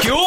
¿Qué hubo,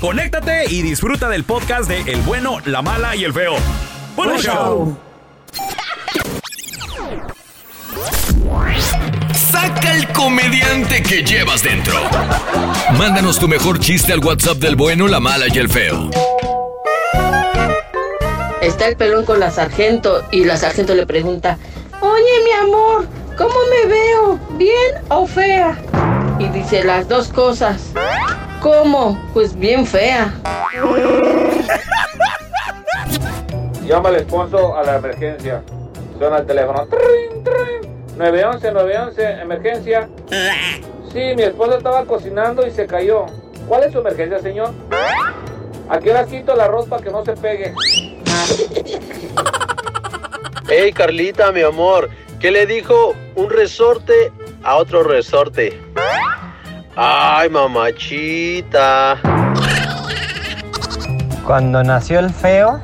conéctate y disfruta del podcast de El bueno, la mala y el feo. Bueno, Buen show. Saca el comediante que llevas dentro. Mándanos tu mejor chiste al WhatsApp del bueno, la mala y el feo. Está el pelón con la sargento y la sargento le pregunta, oye mi amor, ¿cómo me veo? ¿Bien o fea? Y dice las dos cosas. ¿Cómo? Pues bien fea. Llama al esposo a la emergencia. Suena el teléfono. Trin, trin. 911, 911, emergencia. Sí, mi esposa estaba cocinando y se cayó. ¿Cuál es su emergencia, señor? Aquí las quito la ropa que no se pegue. Hey Carlita, mi amor, ¿qué le dijo un resorte a otro resorte? Ay, mamachita. Cuando nació el feo,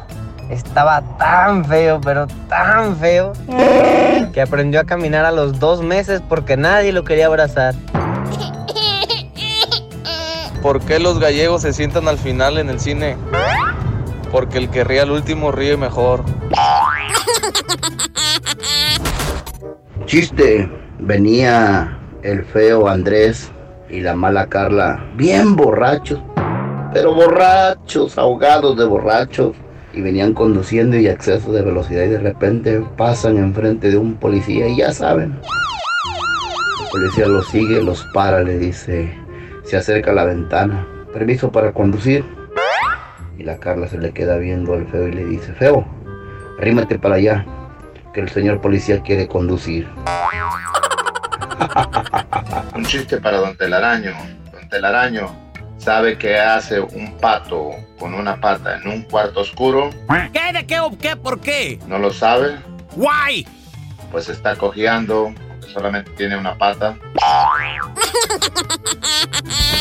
estaba tan feo, pero tan feo, que aprendió a caminar a los dos meses porque nadie lo quería abrazar. ¿Por qué los gallegos se sientan al final en el cine? Porque el que ríe al último ríe mejor. Chiste, venía el feo Andrés y la mala Carla, bien borrachos, pero borrachos, ahogados de borrachos, y venían conduciendo y a exceso de velocidad y de repente pasan enfrente de un policía y ya saben. El policía los sigue, los para, le dice, se acerca a la ventana, permiso para conducir. Y la Carla se le queda viendo al feo y le dice, feo, arrímate para allá, que el señor policía quiere conducir. Un chiste para Don Telaraño. Don Telaraño sabe que hace un pato con una pata en un cuarto oscuro. ¿Qué? ¿De qué o qué? ¿Por qué? ¿No lo sabe? ¡Guay! Pues está cojeando, porque solamente tiene una pata.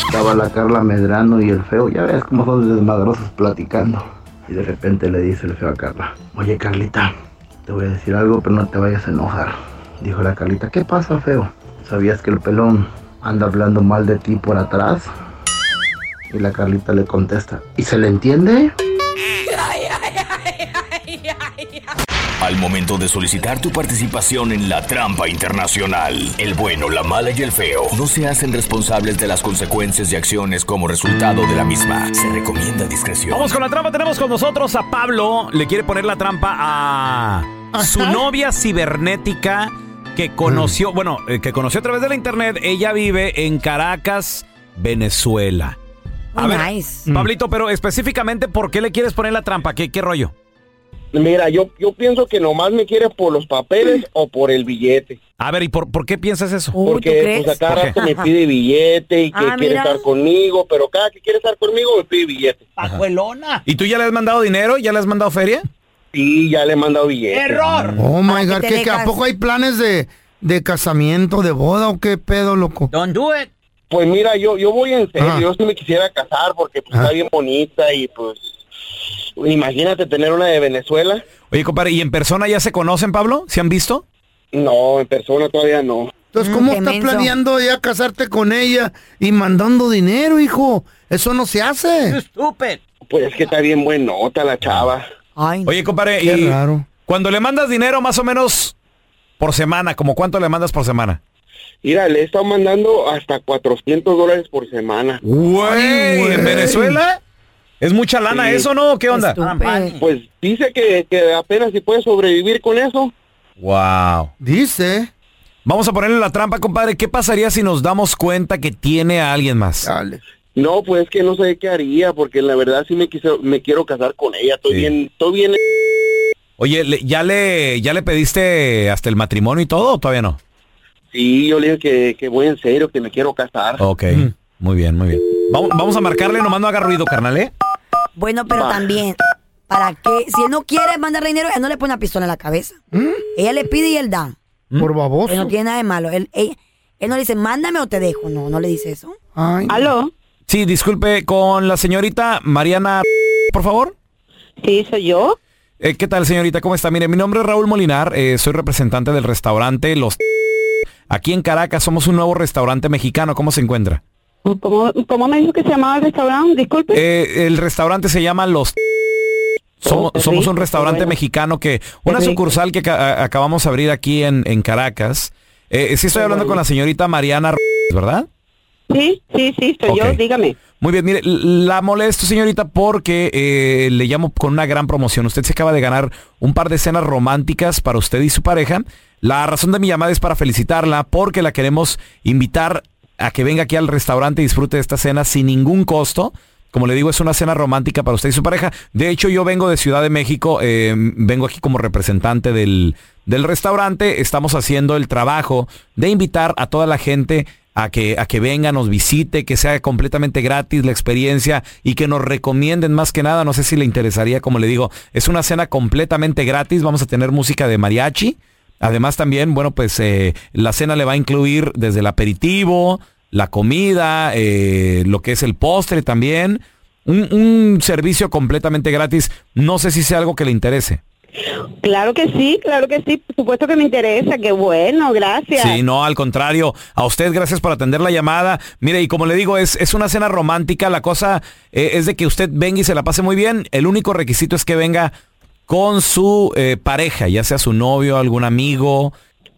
Estaba la Carla Medrano y el feo, ya ves cómo son desmadrosos platicando. Y de repente le dice el feo a Carla, oye Carlita, te voy a decir algo, pero no te vayas a enojar. Dijo la Carlita, ¿qué pasa feo? ¿Sabías que el pelón anda hablando mal de ti por atrás? Y la Carlita le contesta, ¿y se le entiende? Al momento de solicitar tu participación en la trampa internacional, el bueno, la mala y el feo no se hacen responsables de las consecuencias y acciones como resultado de la misma. Se recomienda discreción. Vamos con la trampa. Tenemos con nosotros a Pablo. Le quiere poner la trampa a su novia cibernética que conoció, bueno, eh, que conoció a través de la internet. Ella vive en Caracas, Venezuela. A ver, Pablito, pero específicamente, ¿por qué le quieres poner la trampa? ¿Qué, qué rollo? Mira, yo, yo pienso que nomás me quiere por los papeles o por el billete. A ver, ¿y por, por qué piensas eso? Porque pues, a cada rato me pide billete y que Ah, quiere mira. estar conmigo, pero cada que quiere estar conmigo me pide billete. ¡Pajuelona! ¿Y tú ya le has mandado dinero? ¿Ya le has mandado feria? Sí, ya le he mandado billete. ¡Error! Oh my God, te ¿qué- qué- ¿a dejas. poco hay planes de, de casamiento, de boda o qué pedo, loco? Don't do it. Pues mira, yo, yo voy en serio, Ah. yo sí me quisiera casar porque pues, está bien bonita y pues imagínate tener una de Venezuela. Oye, compadre, ¿y en persona ya se conocen, Pablo? ¿Se han visto? No, en persona todavía no. Entonces, ¿cómo estás planeando ya casarte con ella y mandando dinero, hijo? Eso no se hace. Estúpido. Pues es que está bien buenota la chava. Oye, compadre, Qué y raro. cuando le mandas dinero más o menos por semana, ¿como cuánto le mandas por semana? Mira, le he estado mandando hasta 400 dólares por semana. Güey, ¿en Venezuela? ¿Es mucha lana Sí. eso, no? ¿Qué onda? Ah, Pues dice que, que apenas si puede sobrevivir con eso. Wow. Dice. Vamos a ponerle la trampa, compadre. ¿Qué pasaría si nos damos cuenta que tiene a alguien más? No, pues es que no sé qué haría, porque la verdad sí me quise- me quiero casar con ella. Estoy Sí. bien, estoy bien. Oye, ¿le- ¿ya le ya le pediste hasta el matrimonio y todo o todavía no? Sí, yo le dije que, que voy en serio, que me quiero casar. Ok, muy bien, muy bien. Vamos, vamos a marcarle, nomás no haga ruido, carnal, ¿eh? Bueno, pero también, ¿para qué? Si él no quiere mandarle dinero, él no le pone una pistola en la cabeza. Ella le pide y él da. ¿Mm? Por baboso. Él no tiene nada de malo. Él, ella- él no le dice, mándame o te dejo. No, no le dice eso. ¿Aló? Sí, disculpe, con la señorita Mariana, por favor. Sí, soy yo. Eh, ¿Qué tal, señorita? ¿Cómo está? Mire, mi nombre es Raúl Molinar, eh, soy representante del restaurante Los... Aquí en Caracas somos un nuevo restaurante mexicano, ¿cómo se encuentra? ¿Cómo, cómo me dijo que se llamaba el restaurante? Disculpe. Eh, el restaurante se llama Los... Somo- Oh, qué somos un rico, restaurante bueno. mexicano que... Una rico. sucursal que aca- a- acabamos de abrir aquí en, en Caracas. Eh, sí estoy hablando con la señorita Mariana, R- ¿verdad? Sí, sí, sí, soy yo. Ok. Dígame. Muy bien, mire, la molesto, señorita, porque eh, le llamo con una gran promoción. Usted se acaba de ganar un par de cenas románticas para usted y su pareja. La razón de mi llamada es para felicitarla porque la queremos invitar a que venga aquí al restaurante y disfrute de esta cena sin ningún costo. Como le digo, es una cena romántica para usted y su pareja. De hecho, yo vengo de Ciudad de México, eh, vengo aquí como representante del, del restaurante. Estamos haciendo el trabajo de invitar a toda la gente a que, a que venga, nos visite, que sea completamente gratis la experiencia y que nos recomienden más que nada. No sé si le interesaría, como le digo, es una cena completamente gratis. Vamos a tener música de mariachi. Además también, bueno, pues eh, la cena le va a incluir desde el aperitivo, la comida, eh, lo que es el postre también. Un, un servicio completamente gratis. No sé si sea algo que le interese. Claro que sí, claro que sí. Por supuesto que me interesa. Qué bueno, gracias. Sí, no, al contrario. A usted, gracias por atender la llamada. Mire, y como le digo, es, es una cena romántica. La cosa eh, es de que usted venga y se la pase muy bien. El único requisito es que venga con su eh, pareja, ya sea su novio, algún amigo,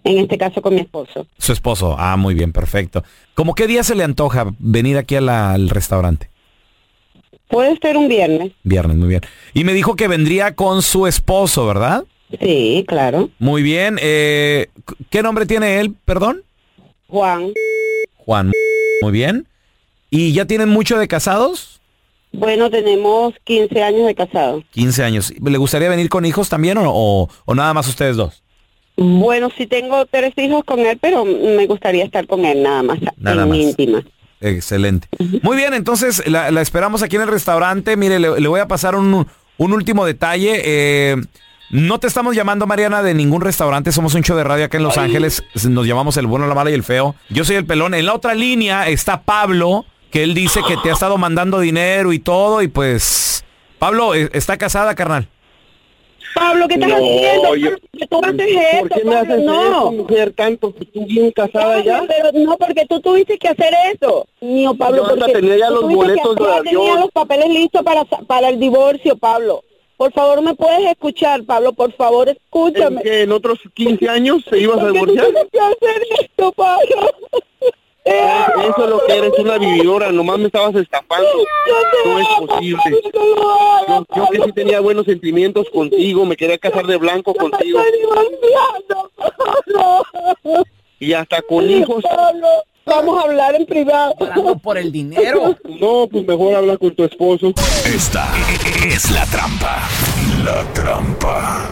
En este caso con mi esposo. su esposo. Ah, muy bien, perfecto. ¿Cómo qué día se le antoja venir aquí a la- al restaurante? Puede ser un viernes. Viernes, muy bien. Y me dijo que vendría con su esposo, ¿verdad? Sí, claro. Muy bien. eh, ¿Qué nombre tiene él, perdón? Juan. Juan. Muy bien. ¿Y ya tienen mucho de casados? Bueno, tenemos 15 años de casado. 15 años. ¿Le gustaría venir con hijos también o, o- o nada más ustedes dos? Bueno, sí tengo tres hijos con él, pero me gustaría estar con él nada más. Nada en más. íntima. Excelente. Muy bien, entonces la, la esperamos aquí en el restaurante. Mire, le, le voy a pasar un, un último detalle. Eh, no te estamos llamando, Mariana, de ningún restaurante. Somos un show de radio acá en Los Ángeles. Nos llamamos El Bueno, la Mala y el Feo. Yo soy el pelón. En la otra línea está Pablo, que él dice que te ha estado mandando dinero y todo. Y pues, Pablo, eh, está casada, carnal. Pablo, ¿qué estás No, haciendo? yo- ¿Por qué tú haces eso? ¿Por qué me Pablo? haces no. eso, mujer, tanto? ¿Tú bien casada Oye, ya? Pero no, porque tú tuviste que hacer eso. Mío, Pablo, Yo hasta porque tenía ya tú los tuviste que boletos de hacer- tenía avión. los papeles listos para, sa- para el divorcio, Pablo. Por favor, ¿me puedes escuchar, Pablo? Por favor, escúchame. ¿En otros 15 años se ibas a Porque tú divorciar? tienes que hacer esto, Pablo. Eso es lo que eres, una vividora. Nomás me estabas estafando. No es posible. Yo, yo que sí tenía buenos sentimientos contigo. Me quería casar de blanco contigo. Y hasta con hijos. Vamos a hablar en privado. por el dinero. No, pues mejor habla con tu esposo. Esta es la trampa. La trampa.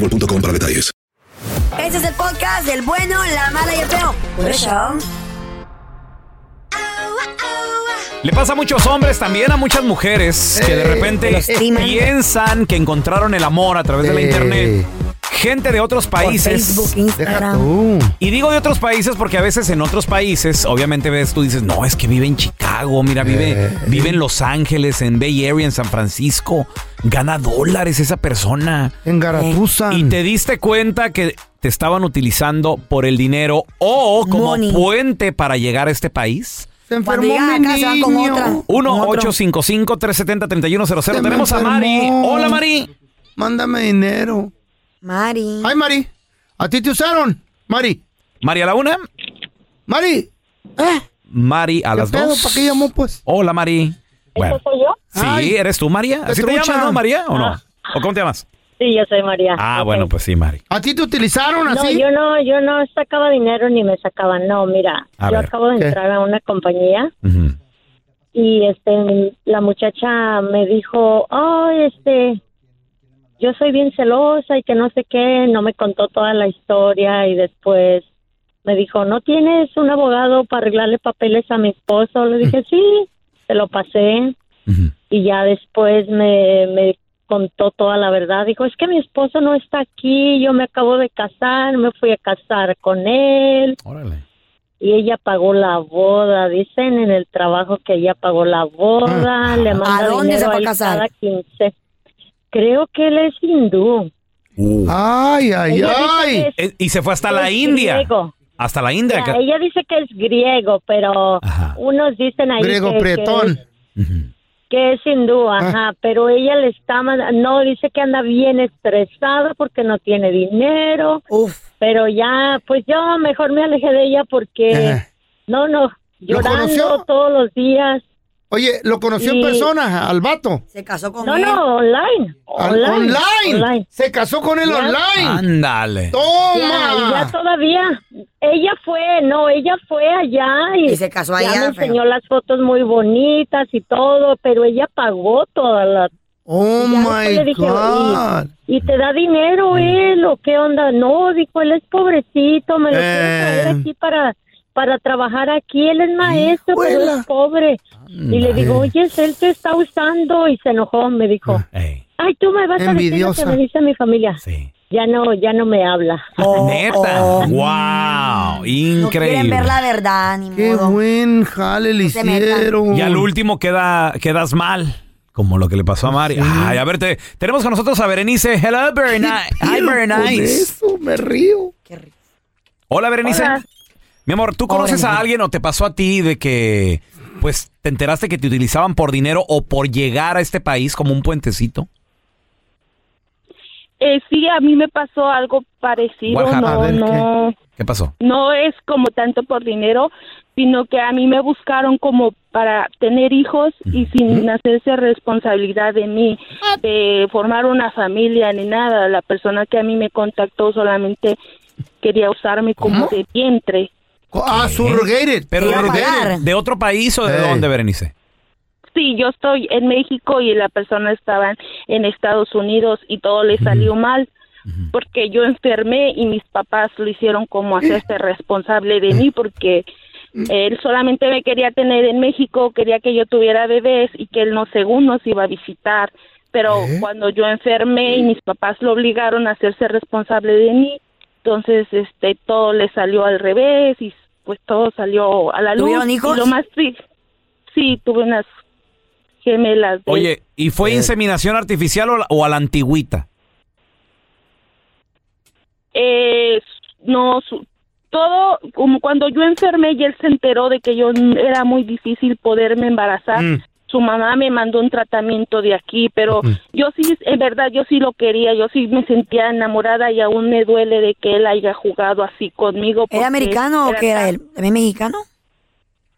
para detalles. Este es el podcast del bueno, la mala y el feo. Por eso. Le pasa a muchos hombres, también a muchas mujeres, que Eh, de repente lastiman. piensan que encontraron el amor a través de la Eh. internet. Gente de otros países. Facebook, Instagram. Y digo de otros países porque a veces en otros países, obviamente ves, tú dices, no, es que vive en Chicago, mira, vive, Eh. vive en Los Ángeles, en Bay Area, en San Francisco, gana dólares esa persona. En Garatusa. Y te diste cuenta que te estaban utilizando por el dinero o como puente para llegar a este país. Se Cuando llega acá se van con otra. 1-855-370-3100. Tenemos a Mari. Hola, Mari. Mándame dinero. Mari. Ay, Mari. ¿A ti te usaron? Mari. Mari a la una. Mari. Mari a las pedo? dos. ¿Para qué llamó, pues? Hola, Mari. Bueno. soy yo? Sí, eres tú, María. ¿Así te Petrucha. llamas, no, María? ¿O no? ¿O cómo te llamas? Sí, yo soy María. Ah, bueno, pues sí, Mari. ¿A ti te utilizaron así? No, yo no, yo no sacaba dinero ni me sacaban. No, mira, A yo ver. acabo de ¿Qué? entrar a una compañía y este la muchacha me dijo, "Ay, este yo soy bien celosa y que no sé qué, no me contó toda la historia y después me dijo, "¿No tienes un abogado para arreglarle papeles a mi esposo?" Le dije, "Sí." Se lo pasé. Y ya después me, me contó toda la verdad. Dijo, es que mi esposo no está aquí, yo me acabo de casar, me fui a casar con él. Y ella pagó la boda, dicen en el trabajo que ella pagó la boda. Le manda ¿A dónde se dinero fue a él casar? cada 15. Creo que él es hindú. Ay, ay, Ella dice ay. Uh. que Eh, Y se fue hasta Es la India. griego. Hasta la India. Ya, ca- ella dice que es griego, pero unos dicen ahí Griego que, que pretón. es- que es hindú, ajá, pero ella le está, mand- no, dice que anda bien estresada porque no tiene dinero, pero ya, pues yo mejor me alejé de ella porque, no, no, llorando conoció? todos los días. Oye, ¿lo conoció Y- en persona al vato? Se casó con No, él. no, online, Al- online, online. Se casó con él Ya. online. Ándale. Ya, ¡Toma! ya todavía. Ella fue, no, ella fue allá y, Y se casó allá, ya me feo. enseñó las fotos muy bonitas y todo, pero ella pagó toda la. Oh Y my ya después le dije, God. ¿Y, y te da dinero él o qué onda? No, dijo, él es pobrecito, me lo quiero traer Eh. aquí para para trabajar aquí, él es maestro, pero es pobre. Y le digo, oye, él te está usando y se enojó, me dijo. Ay, tú me vas Envidiosa. a decir lo que me dice mi familia. Ya no, ya no me habla. Oh, Neta. Oh. wow. Quieren Increíble. ver la verdad, ni Qué modo. buen jale le se metan. hicieron. y al último queda, quedas mal. Como lo que le pasó a Mari. Ay, a ver, te- tenemos con nosotros a Berenice. Hello, Berenice. Hi, Berenice. eso me río. Hola, Berenice. Hola. Mi amor, ¿tú conoces a alguien o te pasó a ti de que pues te enteraste que te utilizaban por dinero o por llegar a este país como un puentecito? Eh, sí, a mí me pasó algo parecido. What happened? No, A ver, ¿qué? no, ¿Qué pasó? no es como tanto por dinero, sino que a mí me buscaron como para tener hijos y sin hacerse responsabilidad de mí, de formar una familia ni nada. La persona que a mí me contactó solamente quería usarme como de vientre. Ah, surrogated. Pero Iba a de, pagar. de otro país o de dónde, Berenice? Sí, yo estoy en México y la persona estaba en Estados Unidos y todo le salió mal porque yo enfermé y mis papás lo hicieron como hacerse responsable de mí porque él solamente me quería tener en México, quería que yo tuviera bebés y que él no según nos iba a visitar. Pero cuando yo enfermé y mis papás lo obligaron a hacerse responsable de mí, entonces este todo le salió al revés y pues todo salió a la luz. ¿Tuvieron hijos? Y lo más triste, sí, tuve unas gemelas. de- Oye, ¿y fue inseminación artificial o, la- o a la antigüita? eh, no su- todo como cuando yo enfermé y él se enteró de que yo n- era muy difícil poderme embarazar Mm. su mamá me mandó un tratamiento de aquí pero Mm. yo sí en verdad yo sí lo quería yo sí me sentía enamorada y aún me duele de que él haya jugado así conmigo porque ¿Era americano o era qué era tan- él? ¿También mexicano?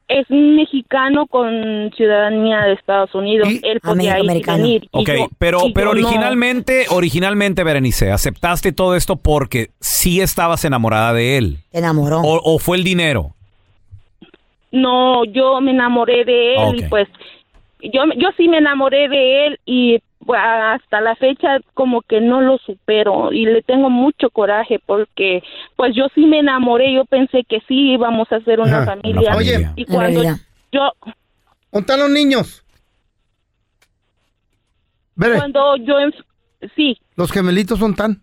es un mexicano con ciudadanía de Estados Unidos él podía ir y venir, y Ok, yo- pero, y pero yo no. originalmente, originalmente, Berenice, aceptaste todo esto porque sí estabas enamorada de él. Te enamoró. O, o fue el dinero. No, yo me enamoré de él Ok. y pues yo, yo sí me enamoré de él y pues, hasta la fecha como que no lo supero y le tengo mucho coraje porque pues yo sí me enamoré, yo pensé que sí íbamos a ser una Ajá, familia. una familia. y En cuando realidad. yo ¿Dónde están los niños? Veré, cuando yo en- sí, los gemelitos son tan.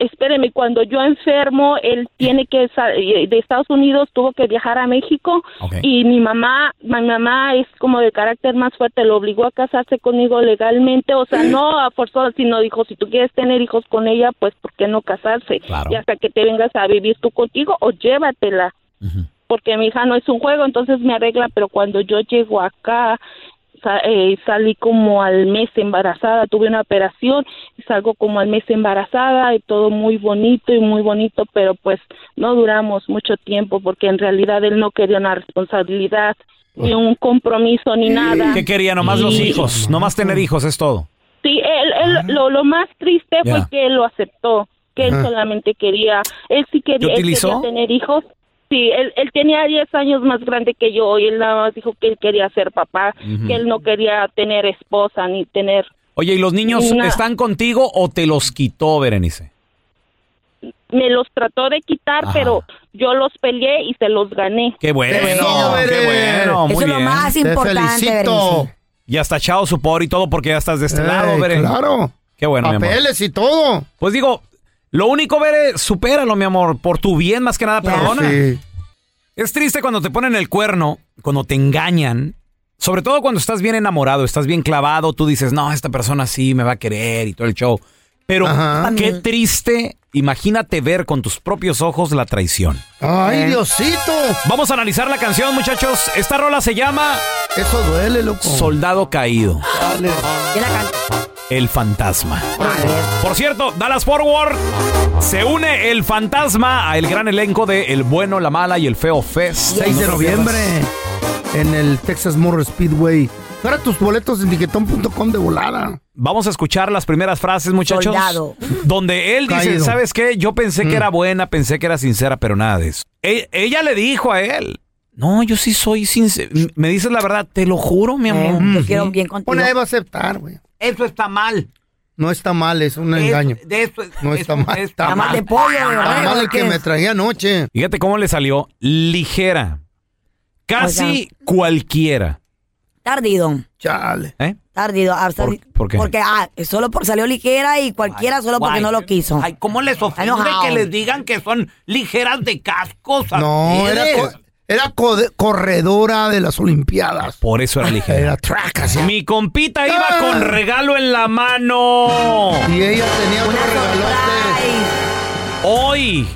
espéreme, cuando yo enfermo, él tiene que sa- eh, de Estados Unidos tuvo que viajar a México Ok. y mi mamá, mi mamá es como de carácter más fuerte, lo obligó a casarse conmigo legalmente, o sea, no a forzó, sino dijo, si tú quieres tener hijos con ella, pues ¿por qué no casarse? Y hasta que te vengas a vivir tú contigo o llévatela. Porque mi hija no es un juego, entonces me arregla, pero cuando yo llego acá, sa- eh, salí como al mes embarazada, tuve una operación, y salgo como al mes embarazada y todo muy bonito y muy bonito, pero pues no duramos mucho tiempo porque en realidad él no quería una responsabilidad, ni un compromiso, ni nada. ¿Qué quería? Nomás los Y- hijos, nomás tener hijos, es todo. Sí, él, él- lo, lo más triste Ya. fue que él lo aceptó, que él Ajá. solamente quería, él sí ¿Te quería, él utilizó? quería tener hijos. Sí, él, él tenía 10 años más grande que yo y él nada más dijo que él quería ser papá, Ujú. que él no quería tener esposa ni tener... Oye, ¿y los niños No. están contigo o te los quitó, Berenice? Me los trató de quitar, Ajá. pero yo los peleé y se los gané. Qué bueno, Eso, qué Beren. bueno, muy Eso es lo bien. más Te importante, felicito. Berenice. Eh, Y hasta chao supor y todo porque ya estás de este Ey, lado, Beren. claro. Qué bueno, mi amor. Papeles y todo. Pues digo, lo único, Bere, supéralo, mi amor, por tu bien más que nada, perdona. Es triste cuando te ponen el cuerno, cuando te engañan, sobre todo cuando estás bien enamorado, estás bien clavado, tú dices, no, esta persona sí me va a querer y todo el show. Pero qué triste, imagínate ver con tus propios ojos la traición. ¡Ay, Diosito! Eh. Vamos a analizar la canción, muchachos. Esta rola se llama... Eso duele, loco. Soldado Caído. El fantasma. Por cierto, Dallas Forward se une el fantasma a el gran elenco de El Bueno, la Mala y el Feo Fest. 6 de No te noviembre en el Texas Motor Speedway. Para tus boletos en tiquetón.com de volada. Vamos a escuchar las primeras frases, muchachos. Soldado. Donde él dice, Caído. Mm. ¿sabes qué? Yo pensé que era buena, pensé que era sincera, pero nada de eso. E- ella le dijo a él, no, yo sí soy sincero. Me dices la verdad, te lo juro, mi amor. yo quiero bien Una nadie va a aceptar, güey. Eso está mal. No está mal, es un engaño. De eso, no está mal. Está, tamal de pollo, ¿verdad? Está mal el que me traía anoche. Fíjate cómo le salió ligera. Casi cualquiera. Tardido. Chale. ¿Eh? Tardido. Ah, tardi- por qué? Porque ah, solo por, salió ligera y cualquiera solo porque guay. no lo quiso. Ay, ¿cómo les ofende que les digan que son ligeras de cascos. No, era, co- era co- corredora de las Olimpiadas. Por eso era ligera. Era traca, sí. Mi compita iba con regalo en la mano. ¡Ah! Y ella tenía un Eh. Hoy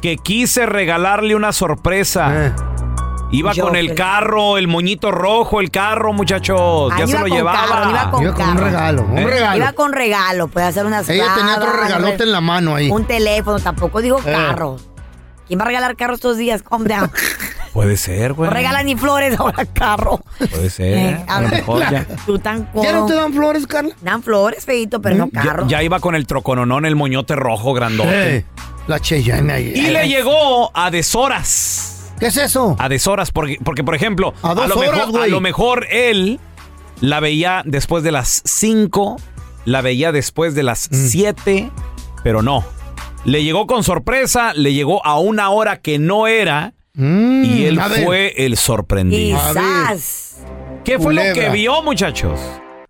que quise regalarle una sorpresa Iba Yo con el feliz. carro, el moñito rojo, el carro, muchachos. Ah, ya se iba lo con llevaba. carro, iba con Iba con un carro. regalo, Ah, un ¿Eh? regalo. Iba con regalo, puede hacer unas Ella tenía otro espadas, regalote en la mano ahí. Un teléfono, tampoco digo Eh. carro. ¿Quién va a regalar carro estos días? Calm down. Puede ser, güey. No regalan ni flores, ahora carro. Puede ser. Eh, a lo mejor la- ya. Tú tan ¿Ya no te dan flores, Carla? Dan flores, feito, pero no Mm, Ya, carro. ya iba con el trocononón, el moñote rojo Eh. grandote. La Cheyenne ahí. Y le llegó a deshoras. ¿Qué es eso? A deshoras, porque, porque por ejemplo, a, dos lo horas, mejor, a güey. lo mejor él la veía después de las 5, la veía después de las Mm. 7, pero no. Le llegó con sorpresa, le llegó a una hora que no era y él Mm, a ver. fue el sorprendido. Quizás. ¿Qué fue lo que vio, muchachos?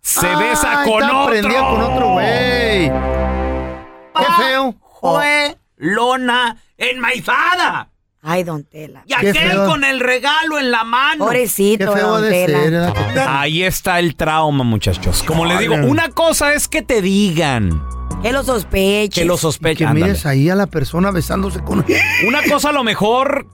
Se Ah, besa está con prendida otro. con otro güey. ¡Qué Ah, feo! Fue lona enmaizada. Ay, don Tela. Y aquel feo. con el regalo en la mano. Pobrecito, don Tela. Ahí está el trauma, muchachos. Como les digo, Órale. una cosa es que te digan. Que lo sospeche. Que lo sospeche. Que ándale. mires ahí a la persona besándose con. Una cosa a lo mejor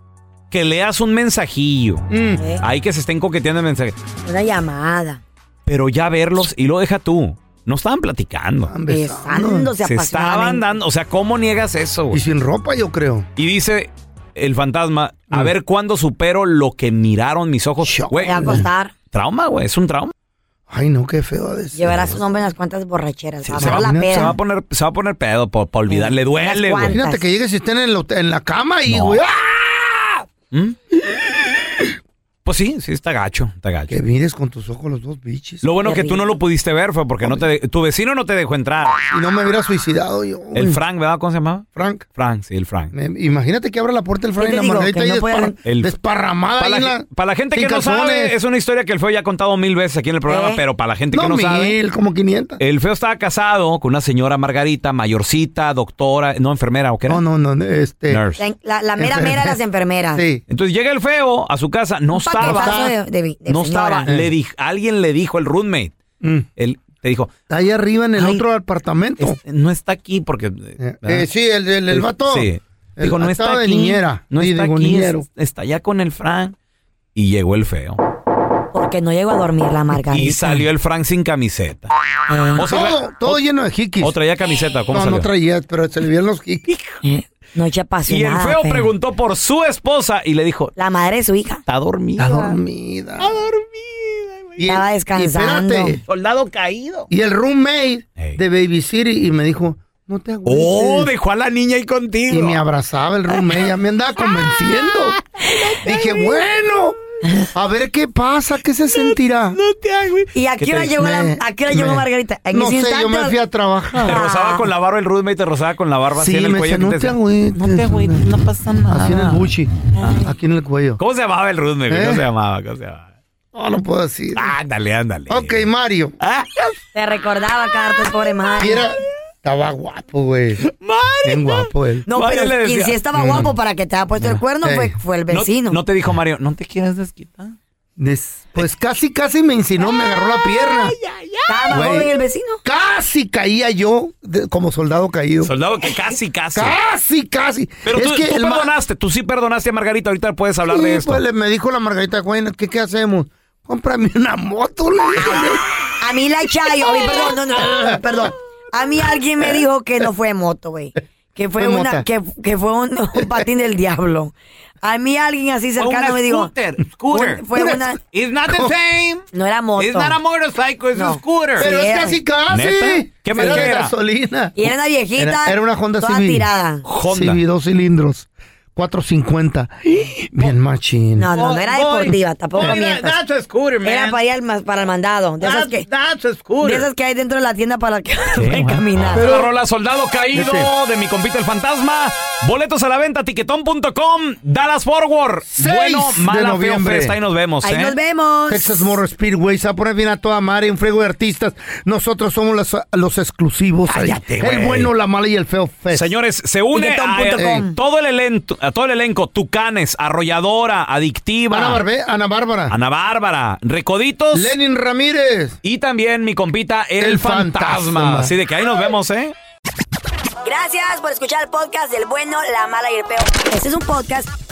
que leas un mensajillo. Eh, Ahí que se estén coqueteando el mensaje. Una llamada. Pero ya verlos y lo deja tú. No estaban platicando. Besándose Se estaban apasionadamente. dando. O sea, ¿cómo niegas eso? Y sin ropa, yo creo. Mm. Y dice el fantasma, a ver cuándo supero lo que miraron mis ojos. Güey, Te va a costar trauma, güey. Es un trauma. Ay, no, qué feo ha de ser. llevar a su nombre en las cuantas borracheras. Se Habrá va, la se va peda. a poner, se va a poner pedo para olvidar. Le duele, güey. Imagínate que llegues y estén en, el hotel- en la cama y, No. ¿Mm? güey. ¡ah! Pues sí, sí, está gacho, está gacho. Que mires con tus ojos los dos bichis. Lo bueno que tú no lo pudiste ver fue porque no te, de- tu vecino no te dejó entrar. Y no me hubiera suicidado yo. güey. El Frank, ¿verdad? ¿Cómo se llamaba? Frank. Frank, sí, el Frank. Me- Eh, imagínate que abra la puerta el Frank ¿Qué te y la digo? margarita Que y no pueden- El- desparramada. Para la, ahí en ge- para la gente que sin no sabe, calzones. es una historia que el feo ya ha contado mil veces aquí en el programa, ¿Eh? pero para la gente que No, no mil, sabe. como 500. El feo estaba casado con una señora Margarita, mayorcita, doctora, no enfermera o qué era. No, no, no, este. Nurse. La, la mera mera de las enfermeras. Entonces llega el feo a su casa, no Paquetazo estaba. de- de- de no señora. estaba. Le dij- alguien le dijo, el roommate. Él te dijo. Mm. Está ahí arriba en el otro apartamento. no está aquí porque. eh, eh, sí, el- el- el vato. Sí. El- dijo, no está estaba de aquí, niñera. No Sí, está digo, aquí, niñero. es- está allá con el Frank. Y llegó el feo. Porque no llegó a dormir la margarita. Y salió el Frank sin camiseta. O sea, Ah, todo, todo lleno de jiquis. O traía camiseta, ¿cómo no, salió? no traía, pero se le vieron los jiquis. No echa y el apasionada. feo pero- preguntó por su esposa y le dijo, La madre de su hija. está dormida. dormida. Estaba descansando. espérate. Soldado caído. Y el roommate de Baby City y me dijo, no te agüites. Oh, dejó a la niña ahí contigo. Y me abrazaba el roommate, ya me andaba convenciendo. Dije, bueno, a ver qué pasa, qué se sentirá. No te ¿Y a qué hora llegó, la, a qué hora llegó Margarita? En no ese sé, yo instante- me fui a Te trabajar. rozaba con la barba el roommate, te rozaba con la barba Sí, así en el me cuello. decía, que no te te decía, agüites. No te agüites, no pasa nada. Así en el buchi, aquí en el cuello. ¿Cómo se llamaba el roommate? ¿Eh? ¿Cómo se llamaba? ¿Cómo se llamaba? No, no puedo decir. Ándale, ándale. Ok, Mario. ¿ah? Te recordaba, Carlos, pobre madre. Estaba guapo, güey. Mario. Bien guapo él. Mm. No, pero quien sí estaba guapo para que te haya puesto el cuerno Ey. fue, fue el No- vecino. Mm. No te dijo Mario, no te quieres desquitar. Des- pues casi, casi me insinuó, me agarró la pierna. Estaba Güey. joven Ah, el vecino. Casi caía yo de- como soldado caído. Soldado que casi, casi. Casi, casi. Pero es tú, que tú el ma- perdonaste, tú sí perdonaste a Margarita, ahorita puedes hablar Sí, de esto. pues, le- me dijo la Margarita, güey, ¿qué, qué hacemos? Cómprame una moto, le dije. A mí la Chayo, a mí, perdón, no, no, no, perdón. A mí alguien me dijo que no fue moto, güey. Que fue, Fue una, mota. que, que fue un, un patín del diablo. A mí alguien así Fue cercano una me dijo. scooter, scooter. Fue Una- una. It's not the same. No era moto. It's not a motorcycle, it's a scooter. Pero es eh. casi, casi. ¿Neta? ¿Qué Era marca de era? gasolina. Y era una viejita Era, era una Honda toda Civic. tirada. Honda. Civic, dos cilindros. 450. Bien machín. No, no, no era Boy, deportiva, tampoco boy, mientas. that's a scooter, man. Era para ir al, ma- para el mandado. De esas, que, de esas que hay dentro de la tienda para que pueden caminar. Pero la rola Soldado Caído de mi compita el fantasma. Boletos a la venta, tiquetón.com, Dallas Forward. Seis bueno, de mala feo noviembre. festa, ahí nos vemos, ¿eh? vemos. Texas Motor Speedway se va a poner bien a toda madre, un friego de artistas. Nosotros somos los, los exclusivos. ahí. el güey. bueno, la mala y el feo fest. Señores, se une a, Tiquetón.com. eh, todo el elenco, a todo el elenco, Tucanes, Arrolladora, Adictiva, Ana, Barbe- Ana Bárbara. Ana Bárbara, Recoditos, Ah. Lenin Ramírez y también mi compita El, El fantasma. Fantasma. Así de que ahí nos vemos, ¿eh? Gracias por escuchar el podcast del bueno, la mala y el peo. Este es un podcast